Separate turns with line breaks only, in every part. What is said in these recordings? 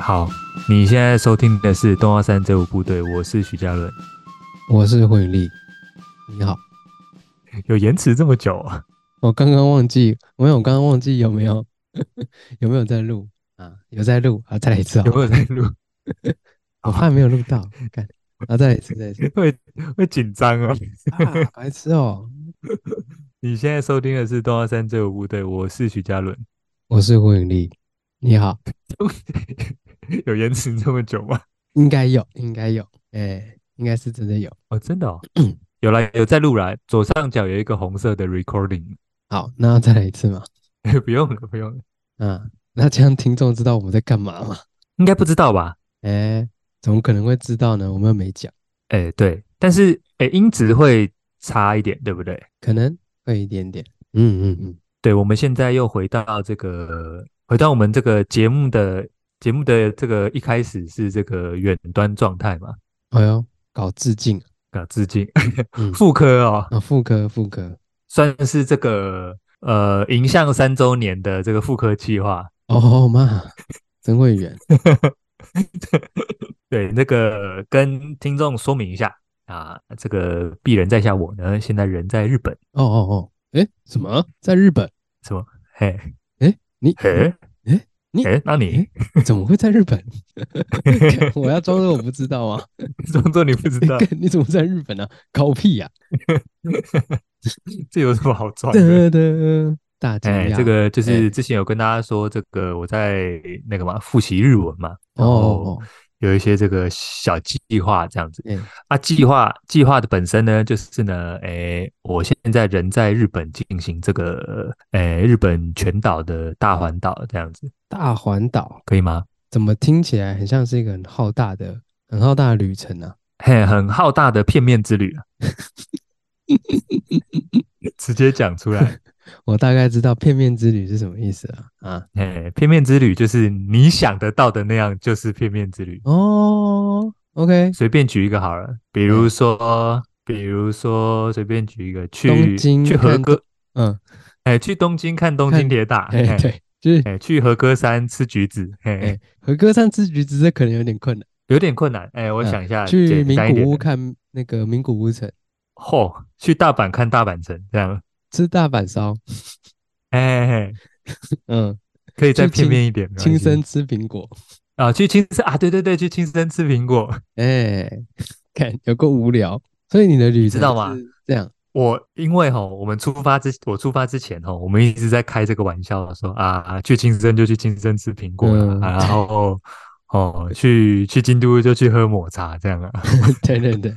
好，你现在收听的是《动画三这五部队》，我是许嘉伦。
我是胡永丽，你好。
有延迟这么久啊？
我刚刚忘记，没有，我刚刚忘记有没有 有没有在录啊？有在录啊，再来一次好
有没
了，
有在录？
我怕没有录 到，看，啊，再来一次，再来一次，
会会紧张哦。
啊，白痴哦，
你现在收听的是《动画三这五部队》，我是许嘉伦。
我是胡永丽，你好，
有延迟这么久吗？
应该有，应该有，哎、应该是真的有。
哦，真的哦， 有啦，有在录啦。左上角有一个红色的 recording，
好，那要再来一次嘛？
不用了，不用了，
啊，那这样听众知道我们在干嘛吗？
应该不知道吧？
哎、怎么可能会知道呢？我们又没讲，
哎，对，但是哎，音质会差一点，对不对？
可能会一点点。嗯嗯嗯，
对，我们现在又回到这个，回到我们这个节目的节目的这个一开始是这个远端状态嘛，
哎呦，搞致敬，
啊，致敬
嗯，
妇科哦，
啊，副科副科，
算是这个呃迎向三周年的这个妇科计划。
哦妈，真会圆。
对，那个跟听众说明一下啊，这个鄙人在下我呢，现在人在日本，
哦哦哦，诶，什么？在日本？
什么？嘿，
你
嘿，
诶你
嘿，那你
诶怎么会在日本？ 干我要装作我不知道啊！
装作你不知道，
干 你怎么在日本啊？搞屁呀、
这有什么好装
啊！
的？
得得，大惊
哦哎，
讶。
这个就
哎
是之前有跟大家说，这个我在那个嘛复习日文嘛，
哦
然
哦
后
哦，
有一些这个小计划这样子。
哎
啊，计划计划的本身呢，就是呢，哎，我现在人在日本进行这个，哎，日本全岛的大环岛这样子，
大环岛
可以吗？
怎么听起来很像是一个很浩大的、很浩大的旅程啊？
嘿，很浩大的片面之旅啊， 直接讲出 来。
我大概知道片面之旅是什么意思了啊？
哎，片面之旅就是你想得到的那样，就是片面之旅。
哦，OK，
随便举一个好了，比
嗯
如说，比如说，随便举一个，去
京
去和
看
歌，
嗯，
哎，去东京看东京
看
铁塔，
哎、
哎，
对，就是
哎，去和歌山吃橘子，哎
哎，，和歌山吃橘子这可能有点困难。
有点困难，哎，我
嗯
想一下，
去
简
名
单一点
古屋
的，
看那个名古屋城，
嚯，去大阪看大阪城，这样，
吃大阪烧，
哎，嘿嘿
嗯，
可以再
去
片
青
面一点，没关
亲
系
身吃苹果，
啊，去青森啊，对对对，去青森吃苹果，
哎、看有够无聊。所以你的旅
知
程
道吗
是这样，
我因为吼，我们出发之我出发之前吼，我们一直在开这个玩笑说啊，去青森就去青森吃苹果啦，
嗯
啊然后哦去去京都就去喝抹茶这样啊。
对对对，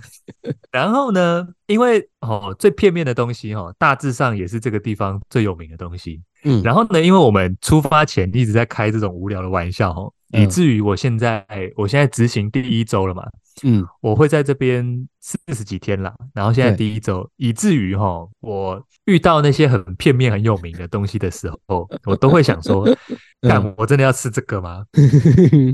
然后呢，因为哦最片面的东西哦，大致上也是这个地方最有名的东西。
嗯，
然后呢，因为我们出发前一直在开这种无聊的玩笑哦，以
嗯
至于我现在我现在执行第一周了嘛，
嗯，
我会在这边四十几天啦，然后现在
对
第一周，以至于哈，我遇到那些很片面、很有名的东西的时候，我都会想 说，
嗯
干，我真的要吃这个吗？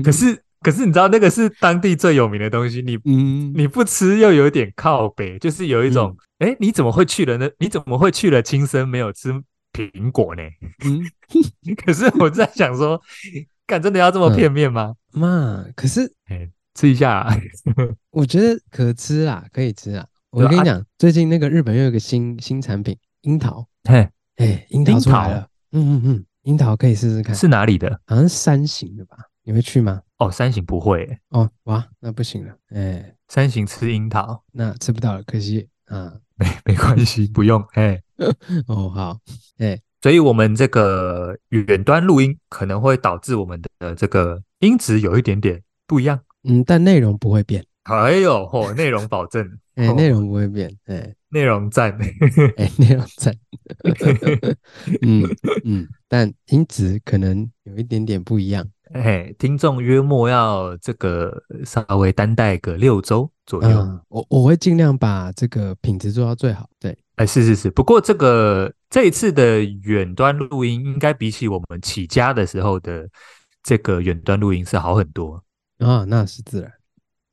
可是，可是你知道那个是当地最有名的东西，你
嗯，
你不吃又有点靠北，就是有一种，哎、你怎么会去了呢？你怎么会去了青森没有吃苹果呢？
嗯，
可是我在想说，干，真的要这么
嗯
片面吗？
妈，可是
吃一下啊、
嗯我觉得可吃啊，可以吃啊。我
对
跟
啊
你讲，最近那个日本又有一个新新产品，樱桃，
嘿，
哎、樱桃
樱
出
桃
来了，嗯嗯嗯，樱桃可以试试看，
是哪里的？
好像是山形的吧？你会去吗？
哦，山形不会、
哦，哇，那不行了，哎、
山形吃樱桃。
那吃不到了，可惜啊。
没关系，不用。哎，
哦，好，
所以我们这个远端录音可能会导致我们的这个音质有一点点不一样。
嗯，但内容不会变，
哎呦，嚯、内容保证，
哎、
哦
内容不会变， 哎、
内容赞。
哎，内容 在，嗯嗯，但音质可能有一点点不一样，
哎，听众约莫要这个稍微担待个六周左右。
嗯，我我会尽量把这个品质做到最好，对，
哎，是是是，不过这个这一次的远端录音，应该比起我们起家的时候的这个远端录音是好很多。
啊，那是自然，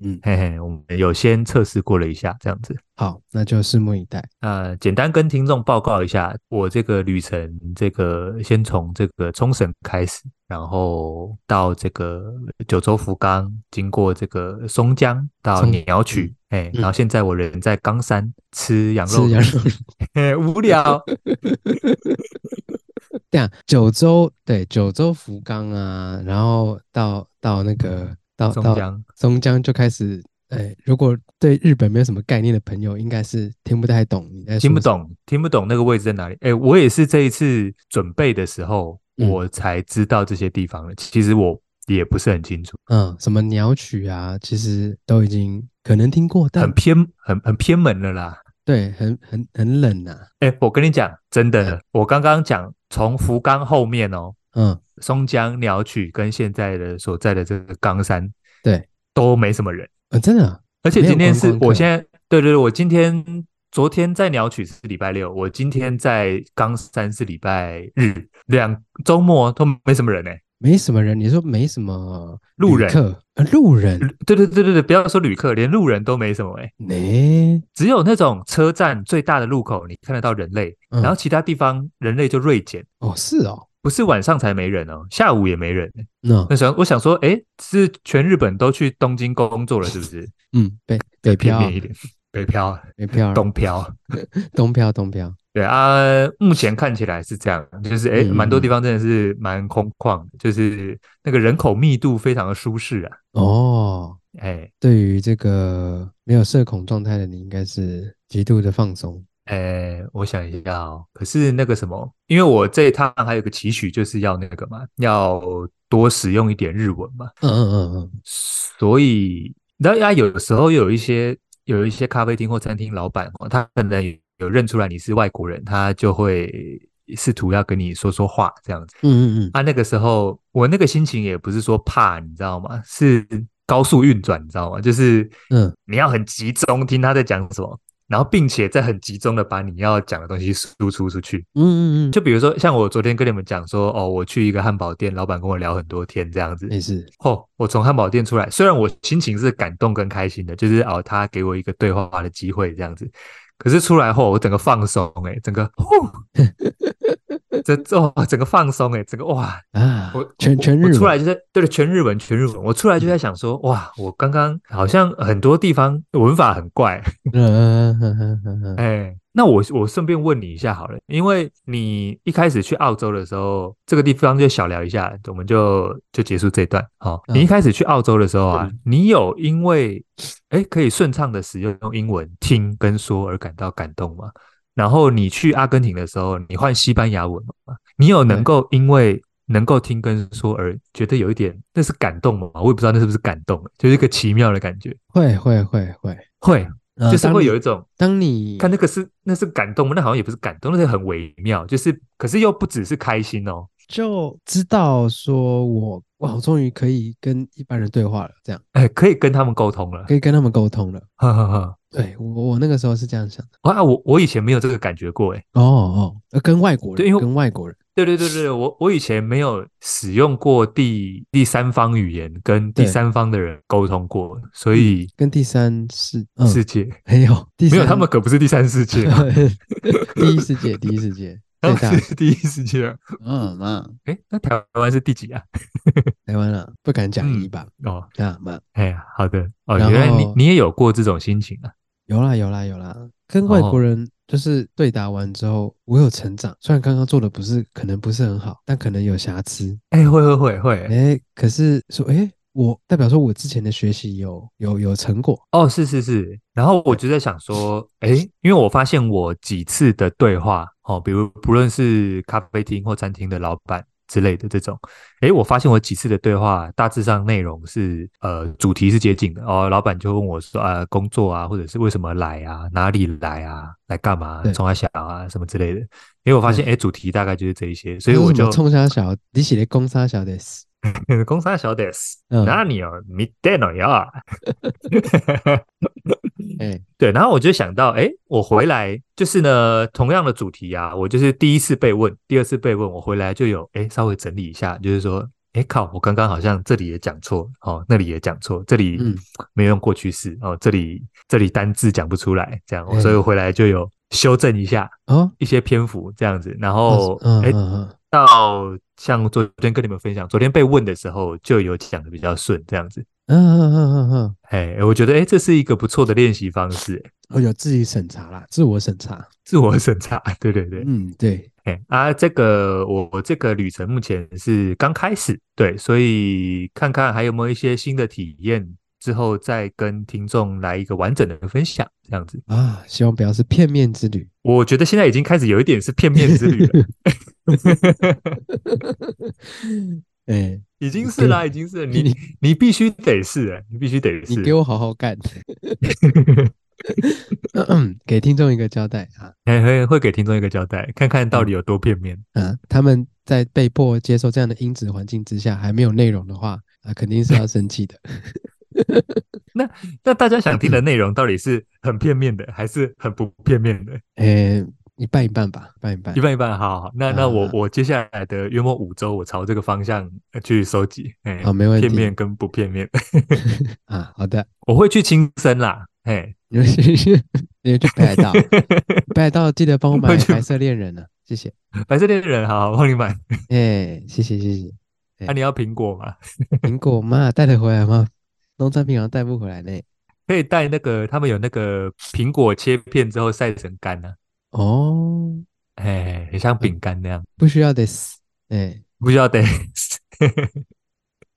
嗯，
嘿嘿，我们有先测试过了一下，这样子。
好，那就拭目以待。
那简单跟听众报告一下，我这个旅程，这个先从这个冲绳开始，然后到这个九州福冈，经过这个松江到
松
鸟取，哎、
嗯
然后现在我人在冈山吃羊肉
吃
炉，
羊肉 炉
嘿无聊。
这样，九州对九州福冈啊，然后到到那个 到
松
到
江
松江就开始，哎，如果对日本没有什么概念的朋友，应该是听不太懂你在说
听不
什么。
懂，听不懂那个位置在哪里。哎，我也是这一次准备的时候，
嗯
我才知道这些地方了。其实我也不是很清楚，
嗯，什么鸟曲啊，其实都已经可能听过，但
很偏，很很偏门了啦。
对，很很很冷啊呐、
哎，我跟你讲，真的，我刚刚讲从福冈后面哦，
嗯，
松江鸟取跟现在的所在的这个冈山，
对，
都没什么人。
呃、真的啊、
而且
没有
今天是
观光客
我现在，对对对，我今天昨天在鸟取是礼拜六，我今天在冈山是礼拜日，两周末哦都没什么人呢、哎
没什么人。你说没什么
路
旅
人
客，呃、路人
旅对对对对对，不要说旅客，连路人都没什么哎、
呢、
只有那种车站最大的路口你看得到人类，
嗯
然后其他地方人类就锐减，
哦，是哦，嗯
不是晚上才没人哦，下午也没人。
那
那想我想说，哎，是全日本都去东京工作了是不是？
嗯，北北
片
漂啊，
面一点，北漂、
北漂啊，
东漂，
东漂，东漂，
对啊，目前看起来是这样，就是哎，诶
嗯
蛮多地方真的是蛮空旷，就是那个人口密度非常的舒适啊，
哦。
哎
对于这个没有社恐状态的你，应该是极度的放松。
哎，我想一下哦，可是那个什么，因为我这一趟还有个期许，就是要那个嘛，要多使用一点日文嘛，
嗯嗯嗯嗯，
所以，然后他有时候有一些有一些咖啡厅或餐厅老板哦，他可能有有认出来你是外国人，他就会试图要跟你说说话这样子。
嗯嗯嗯，
啊，那个时候我那个心情也不是说怕，你知道吗？是高速运转，你知道吗？就是
嗯
你要很集中听他在讲什么，然后并且在很集中的把你要讲的东西输出出去。
嗯嗯嗯，
就比如说，像我昨天跟你们讲说，哦，我去一个汉堡店，老板跟我聊很多天这样子，
没事。
哦，我从汉堡店出来，虽然我心情是感动跟开心的，就是哦，他给我一个对话的机会这样子，可是出来后我整个放松哎、整个 呼，这哦整个放松哎、整个哇，
啊
我，
全全
我
日
出
文
来就在对了，全日文全日文，我出来就在想说，哇，我刚刚好像很多地方文法很怪，
嗯嗯嗯嗯嗯嗯嗯，
哎，那我我顺便问你一下好了，因为你一开始去澳洲的时候，这个地方就小聊一下，我们就就结束这一段。好、
嗯
你一开始去澳洲的时候啊
嗯，
你有因为哎可以顺畅的使用英文听跟说而感到感动吗？然后你去阿根廷的时候，你换西班牙文吗？你有能
对
够因为能够听跟说而觉得有一点那是感动吗？我也不知道那是不是感动，就是一个奇妙的感觉，
会会会会，
会
呃
就是
当
会
你
有一种。
当你
看那个是那是感动吗？那好像也不是感动，那是很微妙，就是可是又不只是开心哦。
就知道说我哇，我终于可以跟一般人对话了，这样
哎，可以跟他们沟通了
可。以跟他们沟通了。
哈哈哈！
对我我那个时候是这样想的。
啊，我我以前没有这个感觉过哎。
哦哦，呃跟外国
对因
人，
为
跟外国人，
对对对对，我我以前没有使用过第第三方语言跟第
对
三方的人沟通过，所以
跟第三世嗯
世界、
没有第
没
三
有他们可不是第三世界啊，
第一世界，第一世界
他
最
们
大，
是第一世界啊。
嗯嘛，
哎，那台湾是第几啊？
台湾了，不敢讲
嗯
一吧，
哦，
啊嘛，
哎呀，好的哦，
然
原来你
后
你也有过这种心情啊。
有啦有啦有啦，跟外
哦
国人就是对答完之后，我有成长，虽然刚刚做的不是可能不是很好，但可能有瑕疵，
哎，会会会会，
哎，可是说哎，我代表说我之前的学习有有有成果，
哦，是是是，然后我就在想说，诶，因为我发现我几次的对话，哦，比如不论是咖啡厅或餐厅的老板之类的这种，诶，我发现我几次的对话大致上内容是，呃，主题是接近的哦，老板就问我说，啊，工作啊，或者是为什么来啊，哪里来啊，来干嘛啊，
对
冲他小啊，什么之类的，因为我发现，诶，主题大概就是这一些，所以
他说
我
什
就
么冲沙小，你写的攻沙小的，
公差小点，
嗯，
哪里哦，没电脑呀。
哎，
对，然后我就想到，哎，我回来就是呢，同样的主题啊，我就是第一次被问，第二次被问，我回来就有哎稍微整理一下，就是说哎靠，我刚刚好像这里也讲错哦，那里也讲错，这里
嗯
没用过去式哦，这里这里单字讲不出来，这样，所以
嗯
我回来就有修正一下
哦，
一些篇幅这样子，然后
嗯
哎、
嗯嗯
到像昨天跟你们分享，昨天被问的时候就有讲的比较顺这样子，
嗯嗯嗯嗯嗯，
哎，我觉得哎这是一个不错的练习方式，哎
哦，有自己审查啦，自我审查。
自我审查，对对对，
嗯，对，
哎、啊，这个我我这个旅程目前是刚开始，对，所以看看还有没有一些新的体验，之后再跟听众来一个完整的分享，这样子。
啊，希望不要是片面之旅。
我觉得现在已经开始有一点是片面之旅 了，
哎、
已经是啦，已经是了你你必须得是、哎你必须得
你
是
给。我好 好干，给听众一个交代啊
哎会会给听众一个交代，看看到底有多片面。
啊！他们在被迫接受这样的音质环境之下，还没有内容的话啊，肯定是要生 气的。
那大家想听的内容到底是很片面的，还是很不片面的？
哎、一半一半吧，一半一半
一。半一半，好好，好那那我、
啊
我接下来的约莫五周，我朝这个方向呃去收集，哎、
好没问题
片面跟不片面，
啊，好的，
我会去亲身啦，哎，
你们去 你们去北 海道，北海道记得帮我买
我去
白色恋人啊，谢谢。
白色恋人，好好帮你买，
哎、谢谢谢谢。
那、你要苹果嘛？
苹果嘛，带得回来吗？农产品好像带不回来呢。
可以带那个，他们有那个苹果切片之后晒成干呢、啊，
哦，
哎，很像饼干那样，
不需要的死。哎、
不需要得，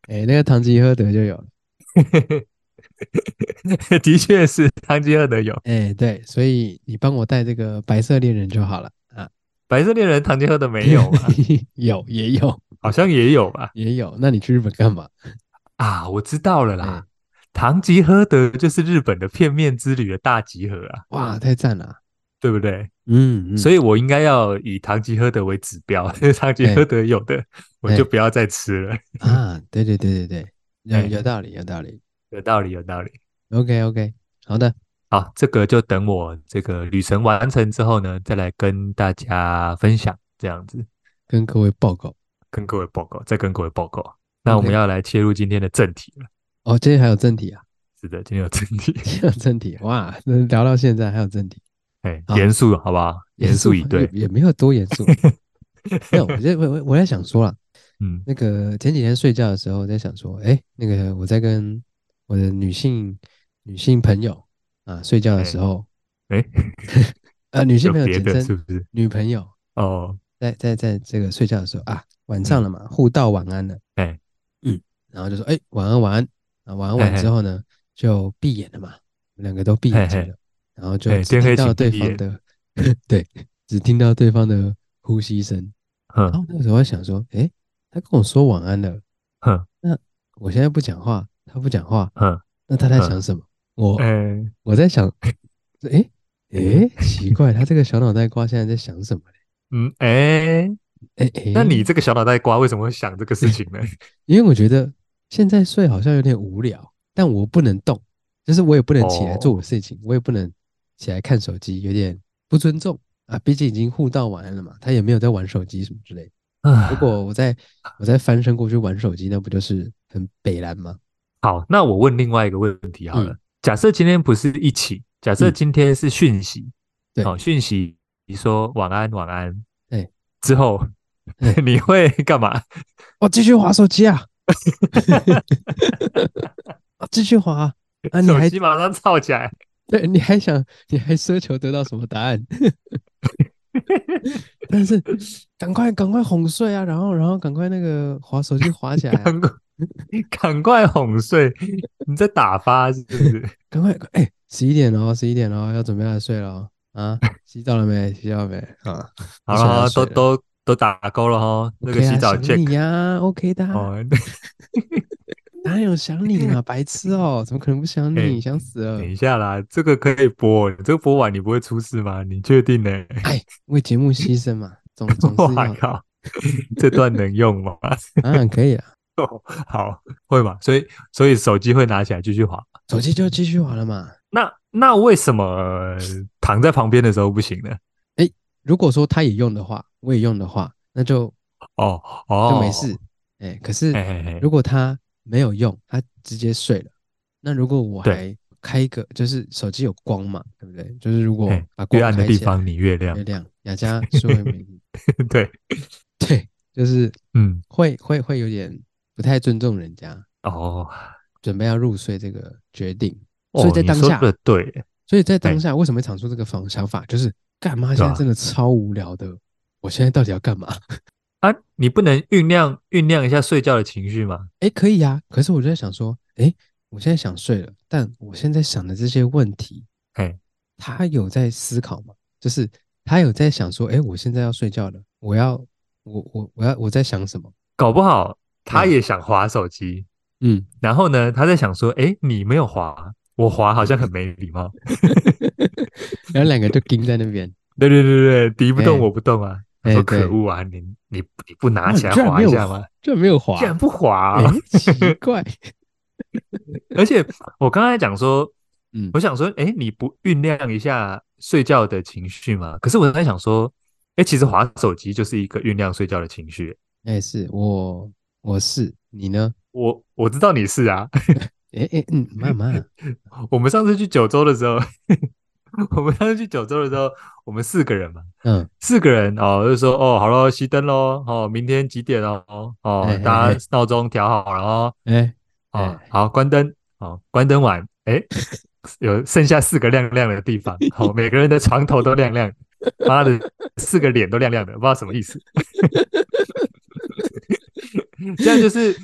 哎、那个唐吉诃德就有了。
的确是汤吉诃德有，
哎、对，所以你帮我带这个白色恋人就好了啊。
白色恋人唐吉诃德没 有嘛？
有也有
好像也有吧？
也有，那你去日本干嘛？
啊，我知道了啦
哎，
唐吉诃德就是日本的片面之旅的大集合啊，
哇，太赞了啊！
对不对？
嗯，嗯
所以我应该要以唐吉诃德为指标， 因为唐吉诃德有的、我就
哎
不要再吃了。
啊，对对对对对，
哎
有有道理有道理。
有道理，有道理。
OK OK，好的，
好，这个就等我这个旅程完成之后呢，再来跟大家分享，这样子
跟各位报告。
跟各位报告，再跟各位报告。那我们
OK
要来切入今天的正题了。
哦，今天还有正题啊，
是的，今天有正 题，
今天有正题，哇，那聊到现在还有正题，
哎，
好
严肃好不好？严肃以对。
也也没有多严 肃。没有，我在我我我在想说啦，
嗯
那个前几天睡觉的时候，我在想说，哎，那个我在跟我的女性女性朋友啊睡觉的时候，
哎，
呃，女性
有
朋友
别
简
的
称
是不是？
女朋友，
哦，
在在在这个睡觉的时候啊，晚上了嘛，互道晚安了，
嗯哎，
嗯，然后就说，哎，晚安晚安啊，晚安
嘿
完
嘿
之后呢，就闭眼了嘛，我们两个都闭眼睛
嘿嘿
了，然后就
哎
只
天黑
听到
请
对
闭
方
眼
的， 对，只听到对方的呼吸声，
哼
然后那个时候我在想说，诶，他跟我说晚安了，
哼
我现在不讲话，他不讲话，
哼，
那他在
嗯
想什么？我
哎，
我在想，诶诶，奇怪，他这个小脑袋瓜现在在想什么嘞？
嗯，哎，
诶诶，
那你这个小脑袋瓜为什么会想这个事 情呢？
因为我觉得现在睡好像有点无聊，但我不能动，就是我也不能起来
哦
做我的事情，我也不能起来看手机，有点不尊重啊。毕竟已经互道晚安了嘛，他也没有在玩手机什么之类的。
啊
如果我在我在翻身过去玩手机，那不就是很北蓝吗？
好，那我问另外一个问题好了。
嗯
假设今天不是一起，假设
嗯
今天是讯息，
对
好、讯息你说晚安晚安，
对，
之后
对啊
你会干嘛？
我哦继续划手机啊， 啊继续划啊，啊你
手
还
机马上吵起 来，
对，你还想，你还奢求得到什么答案？ 但是赶快赶快哄睡啊，然后然后赶快那个滑手机滑起来啊、
赶快 赶快哄睡，你在打发是不 是？
赶快哎，十一点了哦，十一点了哦，要准备要睡了哦啊，洗澡了没？洗澡了没？啊
好
我想
了
要
哦，
睡
都
了
都都打勾了哈，那个
，OK 啊，
洗澡 check
想你呀、，OK 的啊、
哦，
哪有想你 啊，白痴哦，怎么可能不想
哎
你？想死 了
等！一下啦，这个可以播，你这个播完你不会出事吗？你确定呢？
为节目牺牲嘛， 总总
我
是啊要
靠，这段能用吗？
啊，可以啊，
好，会嘛？所以所以手机会拿起来继续滑。
手机就继续滑了嘛。
那那为什么呃躺在旁边的时候不行呢？
如果说他也用的话，我也用的话，那就
哦哦，
就没事。哎、可是
嘿嘿嘿，
如果它没有用，它直接睡了，那如果我
对
还开一个，就是手机有光嘛，对不对？就是如果
嘿
把
越哎
光
暗的
开
地
起来，
方啊你越亮
月，亮，雅加苏维美，
对，
对，就是
嗯，
会会会有点不太尊重人家
哦，
准备要入睡这个决定，所
哦
以，在
你
当
说
下，
的对，
所以在当
哎
下为什么会产出这个方想法？就是干妈
对
现在
啊
真的超无聊的，我现在到底要干嘛？
啊，你不能酝酿酝酿一下睡觉的情绪吗？
哎，可以啊，可是我就在想说，哎，我现在想睡了，但我现在想的这些问题，
嘿，
他有在思考吗？就是他有在想说，哎，我现在要睡觉了，我要，我我我要我在想什么？
搞不好他
嗯
也想划手机，
嗯，
然后呢，他在想说，哎，你没有划，我划好像很没礼貌。
然后两个就 盯在那边，
对对对对，敌不动
哎
我不动啊。他
哎
说
对
可恶啊，你你你不拿
啊
起来
居然
划
没
一
有
下吗？
就没有滑
竟，然不划、
哎
啊，，
奇怪，
而且我刚才讲说，
嗯
我想说，哎，你不酝酿一下睡觉的情绪吗？可是我在想说，哎，其实划手机就是一个酝酿睡觉的情绪。
哎，是我我是你呢？
我我知道你是啊，
哎哎嗯，妈妈，
我们上次去九州的时候， 我们上次去九州的时候，我们四个人嘛，
嗯，
四个人哦，就说哦，好了，熄灯喽，哦，明天几点哦，哦
哎哎，
大
哎
家闹钟调好了哦，
哎
哦
哎，
好，关灯，哦，关灯完，哎，有剩下四个亮亮的地方，好、每个人的床头都亮亮，妈的，四个脸都亮亮的，不知道什么意思。 这样就是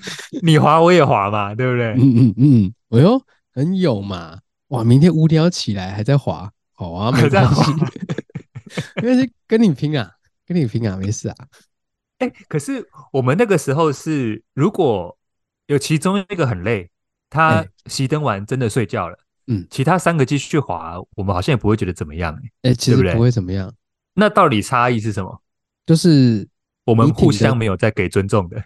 你滑我也滑嘛，对不对？
嗯嗯嗯，哎呦，很有嘛，哇，明天无聊起来还在滑，好啊，没
还在
关系
滑，
没关系，跟你拼啊，跟你拼啊，没事啊，
哎、可是我们那个时候是，如果有其中一个很累，他
哎
熄灯完真的睡觉了，
嗯
其他三个继续滑，我们好像也不会觉得怎么样、欸。
哎，其
对不
实
对
不会怎么样，
那到底差异是什么？
就是
我
你
们
挺
互
得
相没有在给尊重的。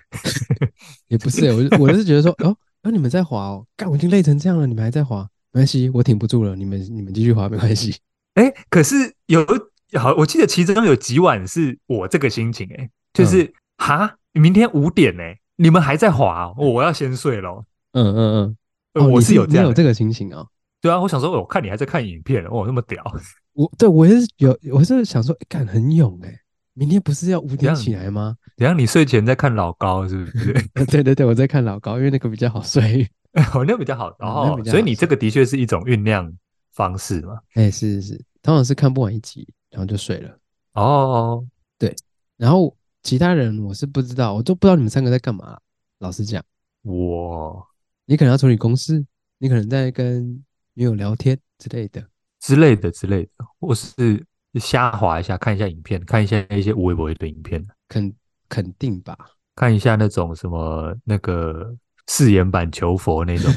也不是，我就我就是觉得说， 哦，那你们在滑哦，干，我已经累成这样了，你们还在滑，没关系，我挺不住了，你们你们继续滑，没关系，
哎、可是有好，我记得其中有几晚是我这个心情、欸，哎，就是
嗯
哈，明天五点呢、你们还在滑哦、我要先睡咯。
嗯嗯嗯，
呃
哦
我
你
是有
你
这样
有
的
这个情形哦。
对啊，我想说，哦我看你还在看影片，哦，那么屌，
我对我也是有，我是想说，干很勇哎、明天不是要五
这
点
样
起来吗？
等一下你睡前在看老高是不是？
对对对，我在看老高，因为那个比较好睡。
哦，那比较好。然
嗯那
后
比，较
所以
好
你
是
这个的确是一种酝酿方式嘛。
哎、是是是，通常是看不完一集，然后就睡了。
哦，
然后其他人我是不知道，我都不知道你们三个在干嘛。老实讲，
我
你可能要处理公事，你可能在跟女友聊天之类的。
之类的之类的，或是瞎滑一下，看一下影片，看一下一些无微不微的影片，
肯肯定吧？
看一下那种什么那个誓言版求佛 那种。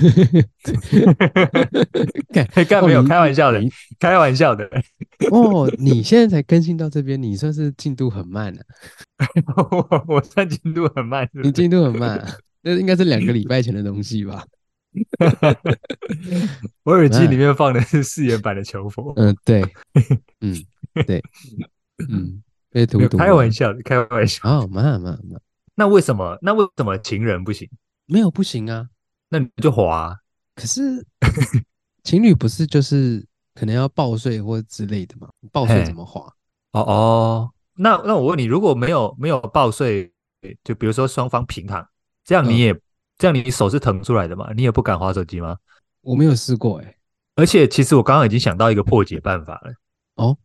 干
干没有开玩笑的，
哦你
开玩笑的，
哦，你现在才更新到这边，你算是进度很慢了、
我我算进度很慢是
你
不是，
进度很慢、啊， 那应该是两个礼拜前的东西吧？
我耳机
慢
里面放的是誓言版的求佛。
嗯，对，嗯， 对，嗯，被荼
没有
毒。
开玩。笑的，开玩笑。
哦，嘛嘛嘛，
那为什么？那为什么情人不行？
没有不行啊。
那你就滑啊、
可是情侣不是就是可能要报税或之类的嘛？报税
嘿
怎么花？
哦哦，那那我问你，如果没有没有报税，就比如说双方平躺，这样
嗯
你也、这样你手是腾出来的嘛？你也不敢划手机吗？
我没有试过哎、
而且其实我刚刚已经想到一个破解办法了，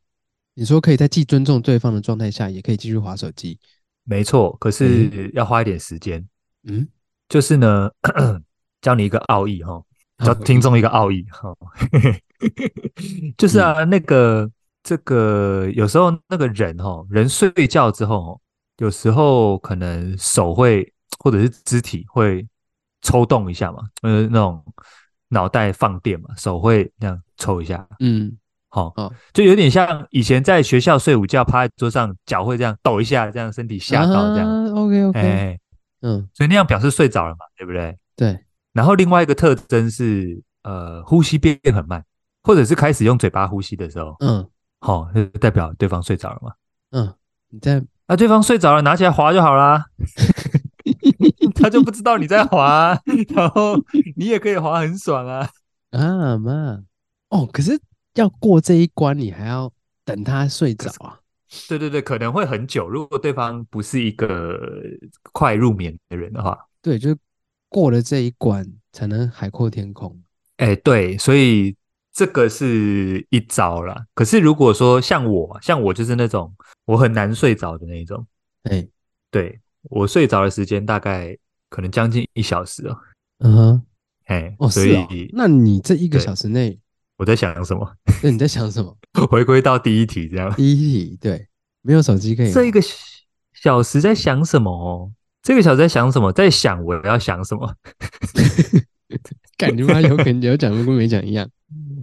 你说可以在既尊重对方的状态下，也可以继续划手机。
没错，可是要花一点时间。
嗯，
就是呢， 教你一个奥义哈，教
好
听众一个奥义哈， 就是
嗯
啊，那个这个有时候那个人哈，人睡觉之后哦，有时候可能手会或者是肢体会抽动一下嘛，就是那种脑袋放电嘛，手会那样抽一下，
嗯，
好、
哦
就有点像以前在学校睡午觉趴在桌上，脚会这样抖一下，这样身体吓到这样，
啊、OK OK，、
哎、
嗯，
所以那样表示睡着了嘛，对不对？
对，
然后另外一个特征是，呃，呼吸变很慢，或者是开始用嘴巴呼吸的时候，
嗯
好、就代表对方睡着了嘛。
嗯，你在
那、对方睡着了，拿起来划就好啦。 他就不知道你在滑啊、然后你也可以滑很爽啊。
啊妈，哦，可是要过这一关，你还要等他睡着啊。
对对对，可能会很久，如果对方不是一个快入眠的人的话。
对，就是过了这一关才能海阔天空。
哎，对，所以这个是一招啦。可是如果说像我，像我就是那种我很难睡着的那一种，
哎，
对我睡着的时间大概可能将近一小时哦。
嗯哼，
哎，
哦
所
是哦，
以
那你这一个
对
小时内，
我在想什么？
那你在想什么？
回归到第一题，这样。
第一题，对，啊没有手机可以玩。
这一个小小时在想什么、哦？这个小时在想什么？在想我要想什么？
感觉妈有跟有讲过跟没讲一 样。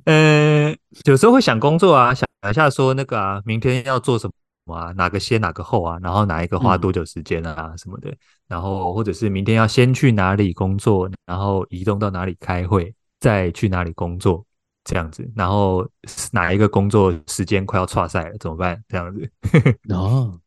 呃，有时候会想工作啊，想一下说那个啊，明天要做什么啊，哪个先哪个后啊，然后哪一个花
嗯
多久时间啊、什么的，然后或者是明天要先去哪里工作，然后移动到哪里开会，再去哪里工作这样子，然后哪一个工作时间快要岔赛了怎么办？这样子。
哦，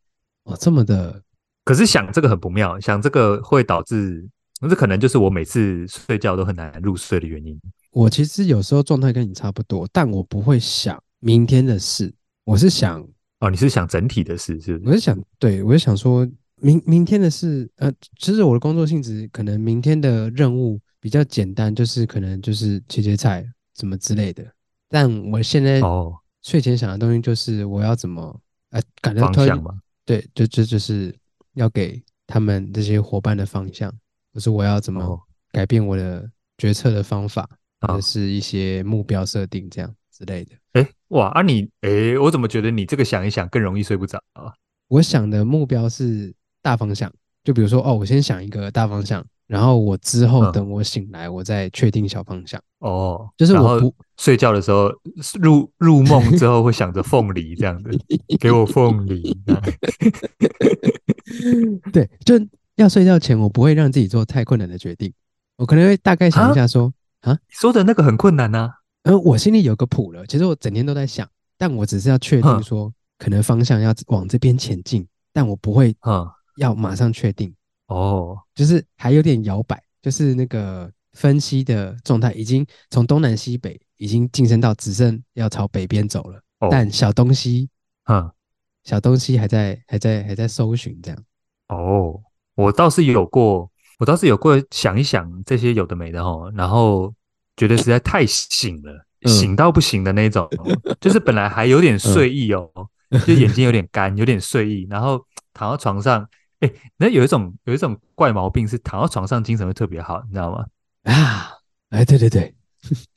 哦，这么的，
可是想这个很不妙，想这个会导致，这可能就是我每次睡觉都很难入睡的原因。
我其实有时候状态跟你差不多，但我不会想明天的事，我是想，
哦，你是想整体的事是不
我
是？
是想，对我是想说明明天的事，呃，其实我的工作性质可能明天的任务比较简单，就是可能就是切切菜什么之类的，但我现在
哦，
睡前想的东西就是我要怎么，呃，感觉
方
突然
向嘛。
对，就这就是要给他们这些伙伴的方向，就是我要怎么
哦啊
改变我的决策的方法，或
好
者是一些目标设定这样之类的。
哎，哇啊你哎，我怎么觉得你这个想一想更容易睡不着啊？
我想的目标是大方向，就比如说哦，我先想一个大方向，然后我之后
嗯
等我醒来，我再确定小方向。
哦，
就是
然
我
后
不
睡觉的时候入入梦之后会想着凤梨这样子，给我凤 梨。
对，就要睡觉前，我不会让自己做太困难的决定，我可能会大概想一
啊
下说，
你说的那个很困难啊呐、
嗯，我心里有个谱了。其实我整天都在想，但我只是要确定
哼
说，可能方向要往这边前进，但我不会
啊。
要马上确定，
嗯，哦，
就是还有点摇摆，就是那个分析的状态已经从东南西北已经晋升到只剩要朝北边走了，
哦
但小东西
嗯，
小东西还在还在还在搜寻这样。
哦，我倒是有过，我倒是有过想一想这些有的没的哦，然后觉得实在太醒了，
嗯
醒到不行的那种哦，就是本来还有点睡意哦，就眼睛有点干，有点睡意，然后躺到床上，哎，那有一种有一种怪毛病是躺到床上精神会特别好，你知道吗？
啊，哎，对对对，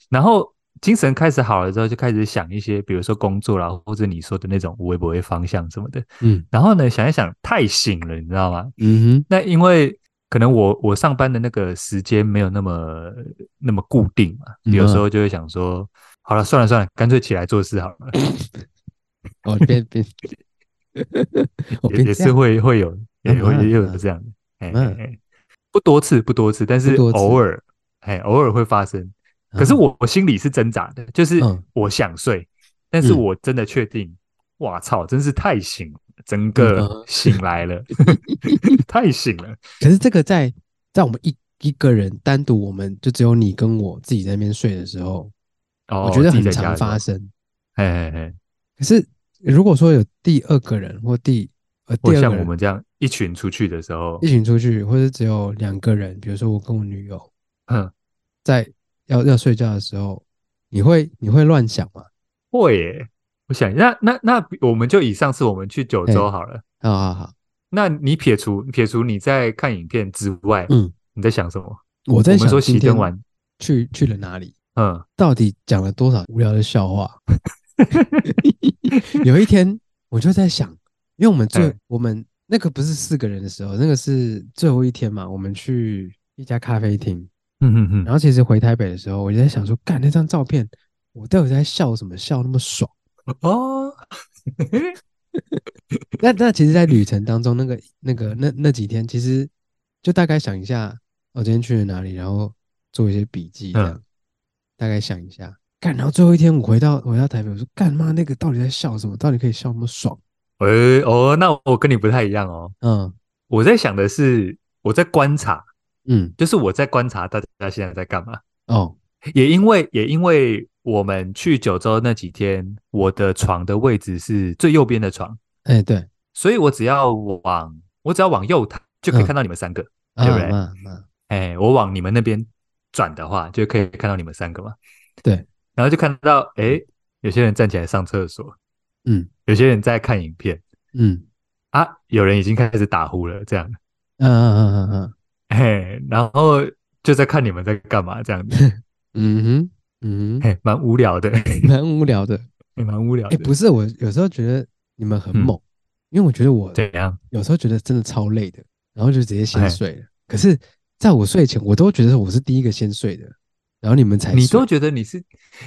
然后精神开始好了之后，就开始想一些，比如说工作啦，或者你说的那种无微不微方向什么的，
嗯
然后呢，想一想太醒了，你知道吗？
嗯哼，
那因为可能我我上班的那个时间没有那么那么固定嘛，
嗯
有时候就会想说，好了，算了算了，干脆起来做事好了，
哦，变变，
也
我哦变
也
这
是
样，
会会有也
嗯
会
嗯
也有
嗯
这样的，哎、
嗯
哎哎不多次不多次，但是
不多次
偶尔哎偶尔会发生。可是
啊
我我心里是挣扎的，就是
嗯
我想睡，但是
嗯
我真的确定，哇操，真是太醒了，整个
嗯
醒来 了，太醒了。
可是这个在在我们一一个人单独，我们就只有你跟我自己在那边睡的时候，
哦，
我觉得
自己
很
在家
常
的时候
发，生。
哎哎哎，
可是如果说有第二个人或第呃
或
第二个
像我
人
们这样一群出去的时候
一，群出去，或者只有两个人，比如说我跟我女友
嗯，
在要要睡觉的时候，你会你会乱想吗？
会耶。我想，那那那我们就以上次我们去九州
嘿
好了。
好啊好好，
那你撇除撇除你在看影片之外，
嗯，
你在想什么？
我在
我们
想
说
今
熄
天
灯完，
去去了哪里，
嗯，
到底讲了多少无聊的笑话？ 有一天我就在想，因为我们最、
哎
我们那个不是四个人的时候，那个是最后一天嘛，我们去一家咖啡厅，
嗯嗯嗯
然后其实回台北的时候，我就在想说，干那张照片，我到底在笑什么？笑那么爽？
哦，
那那其实，在旅程当中，那个那个那那几天，其实就大概想一下，我、今天去了哪里，然后做一些笔记，这样、
嗯
大概想一下。干，然后最后一天我回到回到台北，我说干妈那个到底在笑什么？到底可以笑那么爽？
诶哦，那我跟你不太一样哦。
嗯
我在想的是，我在观察，
嗯，
就是我在观察大家现在在干嘛。
哦，
也因为也因为我们去九州那几天，我的床的位置是最右边的床，
哎，对，
所以我只要往我只要往右躺就可以看到你们三个。
啊
对不对
啊啊
哎、我往你们那边转的话，就可以看到你们三个嘛。
对，
然后就看到哎、有些人站起来上厕所，
嗯
有些人在看影片
嗯
啊，有人已经开始打呼了，这样。
嗯嗯嗯嗯
嘿，然后就在看你们在干嘛这样 子，
嗯哼嗯哼，
嘿，蛮无聊的，嘿
蛮无聊的。
蛮无聊
哎，
的。
不是，我有时候觉得你们很
嗯
猛，因为我觉得我
怎样？
有时候觉得真的超累的，然后就直接先
哎
睡了。可是在我睡前，我都觉得我是第一个先睡的，然后你们才
你
睡
都觉得你是，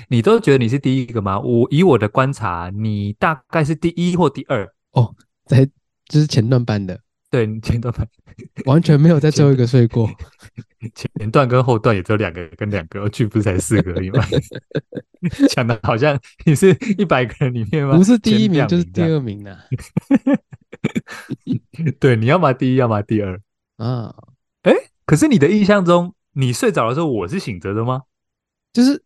你都觉得你是第一个吗？我以我的观察，你大概是第一或第二，
才就是前段班的，
对，你前段班
完全没有在最后一个睡 过。
前段跟后段也只有两个跟两个，去不是才四个而 已吗？ 讲的好像你是一百个人里面吗？
不是第一
前
名
两
就是
名
第
这样，
二名啊啦。
对，你要么第一，要么第二。
啊，
可是你的印象中，你睡着的时候我是醒着的吗？
就是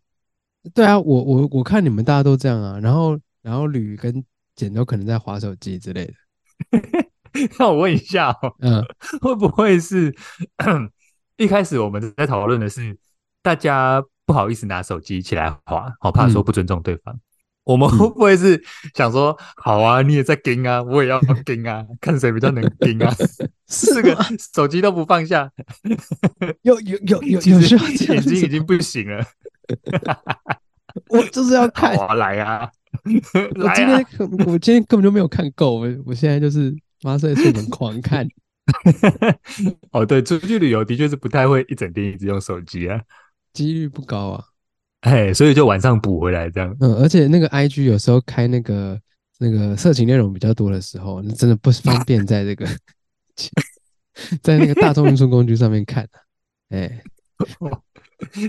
对啊，我我我看你们大家都这样啊，然后然后吕跟简都可能在划手机之类的。
那我问一下哦，
嗯，
会不会是一开始我们在讨论的是大家不好意思拿手机起来划，好怕说
嗯
不尊重对方。我们会不会是想说，好啊，你也在盯啊，我也要盯啊，看谁比较能盯啊？ 四个
吗
手机都不放下，
有有有有
其
有需
实
要 这
眼睛
样子
已
吗，
经不行了。
我就是要
好
看。
啊，来啊，
我
来
今
啊
天！可我今天根本就没有看够，我我现在就是妈睡睡门狂看。
哦，对，出去旅游的确是不太会一整天一直用手机啊，
几率不高啊。
哎，所以就晚上补回来这样。
嗯，而且那个 IG 有时候开那个那个色情内容比较多的时候，那真的不方便在这个 在那个大众运输工具上面看啊。哎、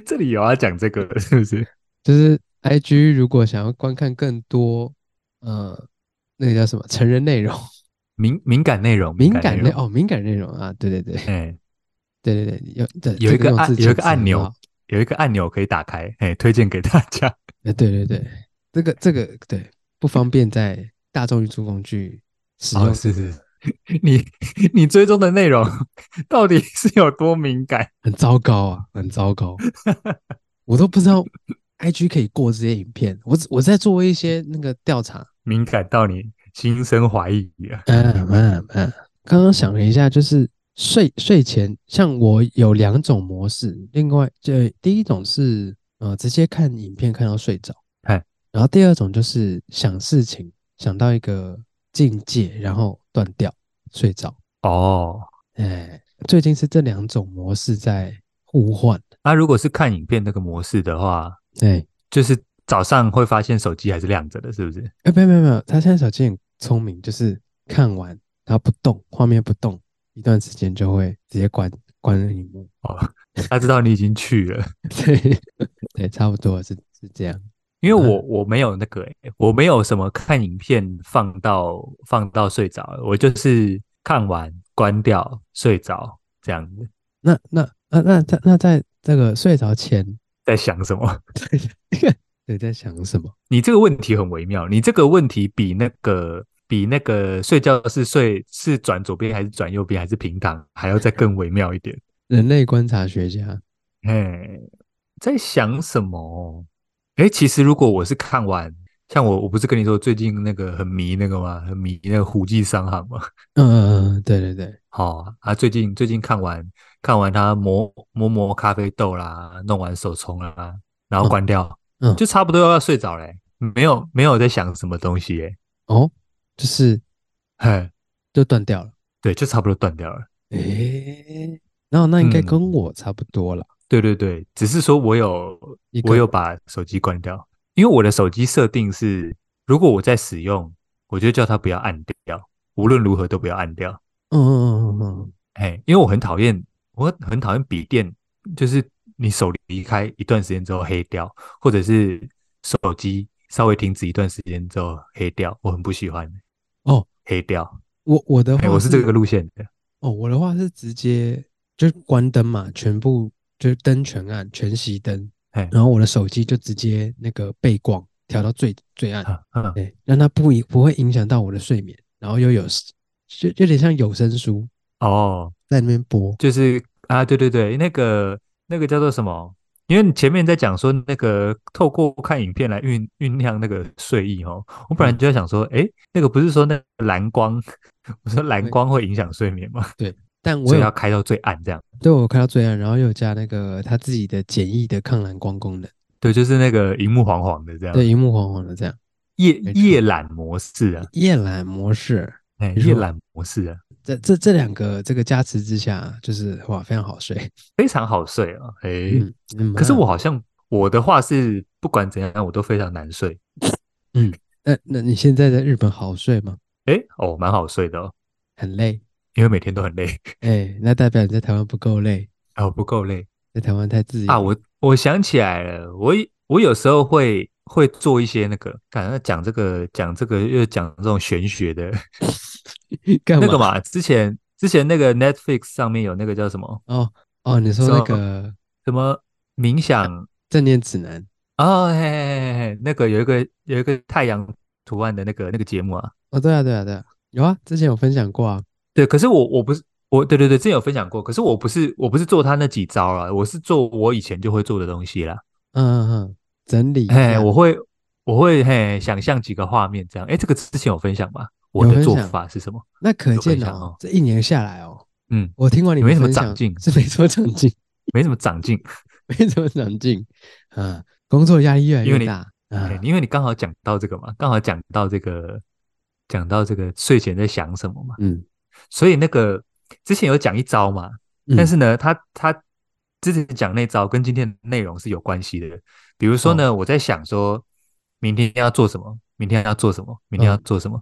这里有要讲这个是不是？
就是 IG 如果想要观看更多，呃，那个叫什么成人内容、
敏敏感内容，
敏感
内
内
容。
哦，敏感内容啊，对对对
哎，
对对对，有对
有
这
一个
用
按
字
有一
遣
个
词
按
很
钮
好
有一个按钮可以打开，哎，推荐给大家。
哎，对对对，这个这个对不方便在大众运输工具使用、
哦，是是，是 你你追踪的内容 到底是有多敏感？
很糟糕啊，很糟 糕，我都不知道 IG 可以过这些影片，我只我在做一些那个调查，
敏感到你心生怀疑啊了。
嗯嗯嗯，刚刚想了一下，就是睡睡前，像我有两种模式，另外这第一种是呃直接看影片看到睡着，
嗨
然后第二种就是想事情想到一个境界，然后断掉睡着，
哦，
哎，最近是这两种模式在互换，
那、如果是看影片那个模式的话，
哎
就是早上会发现手机还是亮着的，是不是？
哎，没有没有没有，他现在手机很聪明，就是看完然后不动，画面不动，一段时间就会直接关关荧幕。
哦，他知道你已经去了，
对对，差不多是是这样。
因为我我没有那个、欸，我没有什么看影片放到放到睡着，我就是看完关掉睡着这样子，
那那那那在那在这个睡着前，
在想什么？
你在想什么？
你这个问题很微妙，你这个问题比那个比那个睡觉是睡是转左边还是转右边还是平躺还要再更微妙一点。
人类观察学家，
嘿，在想什么？哎，其实如果我是看完，像我我不是跟你说最近那个很迷那个吗？很迷那个《虎记商行》吗？
嗯嗯嗯，对对对，
好、啊，最近最近看完看完他磨磨磨咖啡豆啦，弄完手冲啦，然后
嗯
关掉，
嗯
就差不多要睡着嘞、没有没有在想什么东西耶、
哦，就是
嘿，
就断掉了。
对，就差不多断掉了。
诶，然后那应该
嗯
跟我差不多了。
对对对，只是说我有
一个
我有把手机关掉，因为我的手机设定是，如果我在使用，我就叫它不要按掉，无论如何都不要按掉。
嗯嗯嗯嗯
哎，因为我很讨厌，我很讨厌笔电，就是你手离开一段时间之后黑掉，或者是手机稍微停止一段时间之后黑掉，我很不喜欢
嗯，哦，
黑掉。
我我的
哎，
话
我是这个路线的。
哦，我的话是直接就是关灯嘛，全部就是灯全暗，全熄灯
嘿，
然后我的手机就直接那个背光调到最最暗，
啊嗯
对，让它不影不会影响到我的睡眠，然后又有就有点像有声书
哦，
在那边播，
就是啊，对对对，那个那个叫做什么？因为你前面在讲说那个透过看影片来酝酝酿那个睡意哦，我
嗯
本来就在想说，诶，那个不是说那个蓝光，我说蓝
对
光会影响睡眠吗？
但我
所以要
有
开到最暗这样。
对我有开到最暗，然后又有加那个它自己的简易的抗蓝光功能，
对，就是那个荧幕黄黄的这样，
对，荧幕黄黄的这样
夜
没错
夜览模式啊，
夜览模式，
哎，
没错
夜览模式啊，
这这这两个这个加持之下，就是哇非常好睡，
非常好睡啊，哎，
嗯，嗯
可是
蛮
我好像我的话是不管怎样我都非常难睡，
那呃那你现在在日本好睡吗？
哎，哦，蛮好睡的哦，
很累，
因为每天都很累，
哎、那代表你在台湾不够累，
然后不够累。
在台湾太自由
啊，我我想起来了，我以我有时候会会做一些那个，感觉讲这个讲这个又讲这种玄学的
干嘛？
那个嘛，之前之前那个 Netflix 上面有那个叫什么
哦哦，你说
什
那
么
个
什么冥想
正念指南
啊、嘿嘿嘿嘿，那个有一个有一个太阳图案的那个那个节目啊，
哦，对啊对啊对啊，有啊，之前有分享过啊，
对，可是我我不是。我对对对，之前有分享过，可是我不是我不是做他那几招啦，我是做我以前就会做的东西啦。
嗯嗯嗯，整理一
嘿，
下，
我会我会嘿想象几个画面这样。哎，这个之前有分享吧？我
有
的
分
做
享
法是什么？
那可
有分
见
享
哦
哦，
这一年下来哦，
嗯，
我听完你
你没什
们
么
分
长
享
进
是没什么长进，
没什么长进，
没什么长进啊，工作压力越来
因为
越
你
大啊
嘿，因为你刚好讲到这个嘛，刚好讲到这个讲到这个睡前在想什么嘛，
嗯，
所以那个之前有讲一招嘛，
嗯
但是呢，他他之前讲那招跟今天的内容是有关系的。比如说呢，
哦
我在想说，明天要做什么，明天要做什么，明天要
嗯
做什么，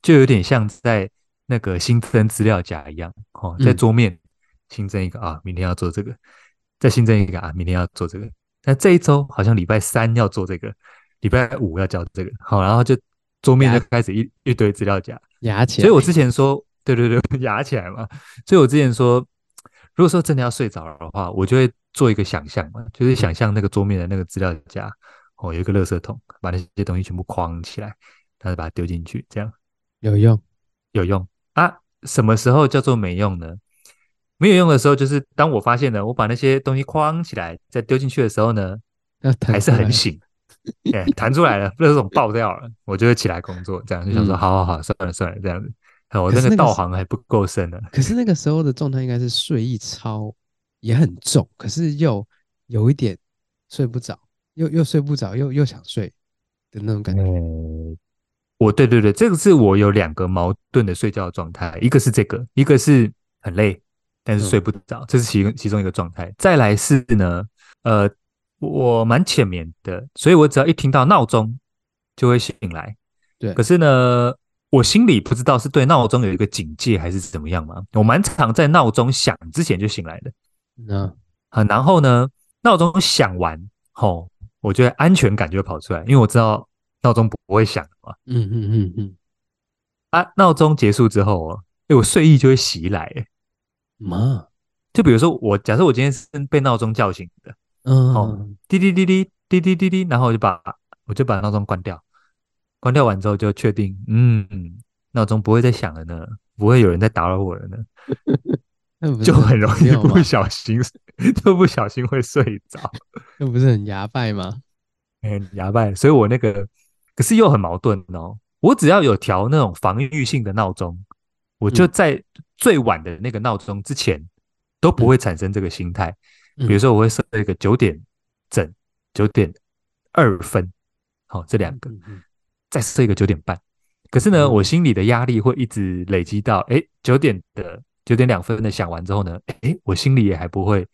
就有点像在那个新增资料夹一样哦，在
嗯
桌面新增一个啊，明天要做这个，再新增一个啊，明天要做这个。那这一周好像礼拜三要做这个，礼拜五要交这个，好，然后就桌面
夹
就开始一一堆资料夹，
牙起
所以我
来
之前说，对对对， 压起来嘛。所以我之前说，如果说真的要睡着了的话，我就会做一个想象嘛，就是想象那个桌面的那个资料夹，哦，有一个垃圾桶，把那些东西全部框起来，然后把它丢进去，这样
有用，
有用啊。什么时候叫做没用呢？没有用的时候，就是当我发现了我把那些东西框起来再丢进去的时候呢，
要弹
还是
出
很
来
醒，哎，弹出来了，垃圾桶爆掉了，我就会起来工作，这样就想说，
嗯
好好好，算了算了，这样子，好我
可
那
是
个
那个
道
是
行还不够深呢，
可是那个时候的状态应该是睡意超也很重，可是又有一点睡不着，又又睡不着，又又想睡的那种感觉。
嗯，我对对对，这个是我有两个矛盾的睡觉状态，一个是这个，一个是很累，但是睡
嗯
不着，这是其其中一个状态。再来是呢，呃，我蛮浅眠的，所以我只要一听到闹钟就会醒来。
对
可是呢，我心里不知道是对闹钟有一个警戒还是怎么样嘛，我蛮常在闹钟响之前就醒来的。
嗯，
啊，然后呢，闹钟响完吼，我觉得安全感就会跑出来，因为我知道闹钟不会响嘛。
嗯嗯嗯嗯，
啊，闹钟结束之后哦，哎，我睡意就会袭来。诶
妈，
就比如说我，假设我今天是被闹钟叫醒的，
嗯，
哦滴滴滴滴滴滴滴滴，然后我就把我就把闹钟关掉，关掉完之后就确定，嗯，闹钟不会再响了呢，不会有人再打扰我了呢，
那嗯不是
就很容易
妙吗
不？小心 就不小心会睡着。
那不是很牙拜吗？
很哎牙拜，所以我那个可是又很矛盾哦。我只要有调那种防御性的闹钟，我就
嗯
在最晚的那个闹钟之前都不会产生这个心态。比如
嗯
说，我会设一个九点整、九点二分，好、这两个，
嗯嗯
再设一个九点半。可是呢，
嗯
我心里的压力会一直累积到，哎，九点的九点两分的响完之后呢，哎，我心里也还不会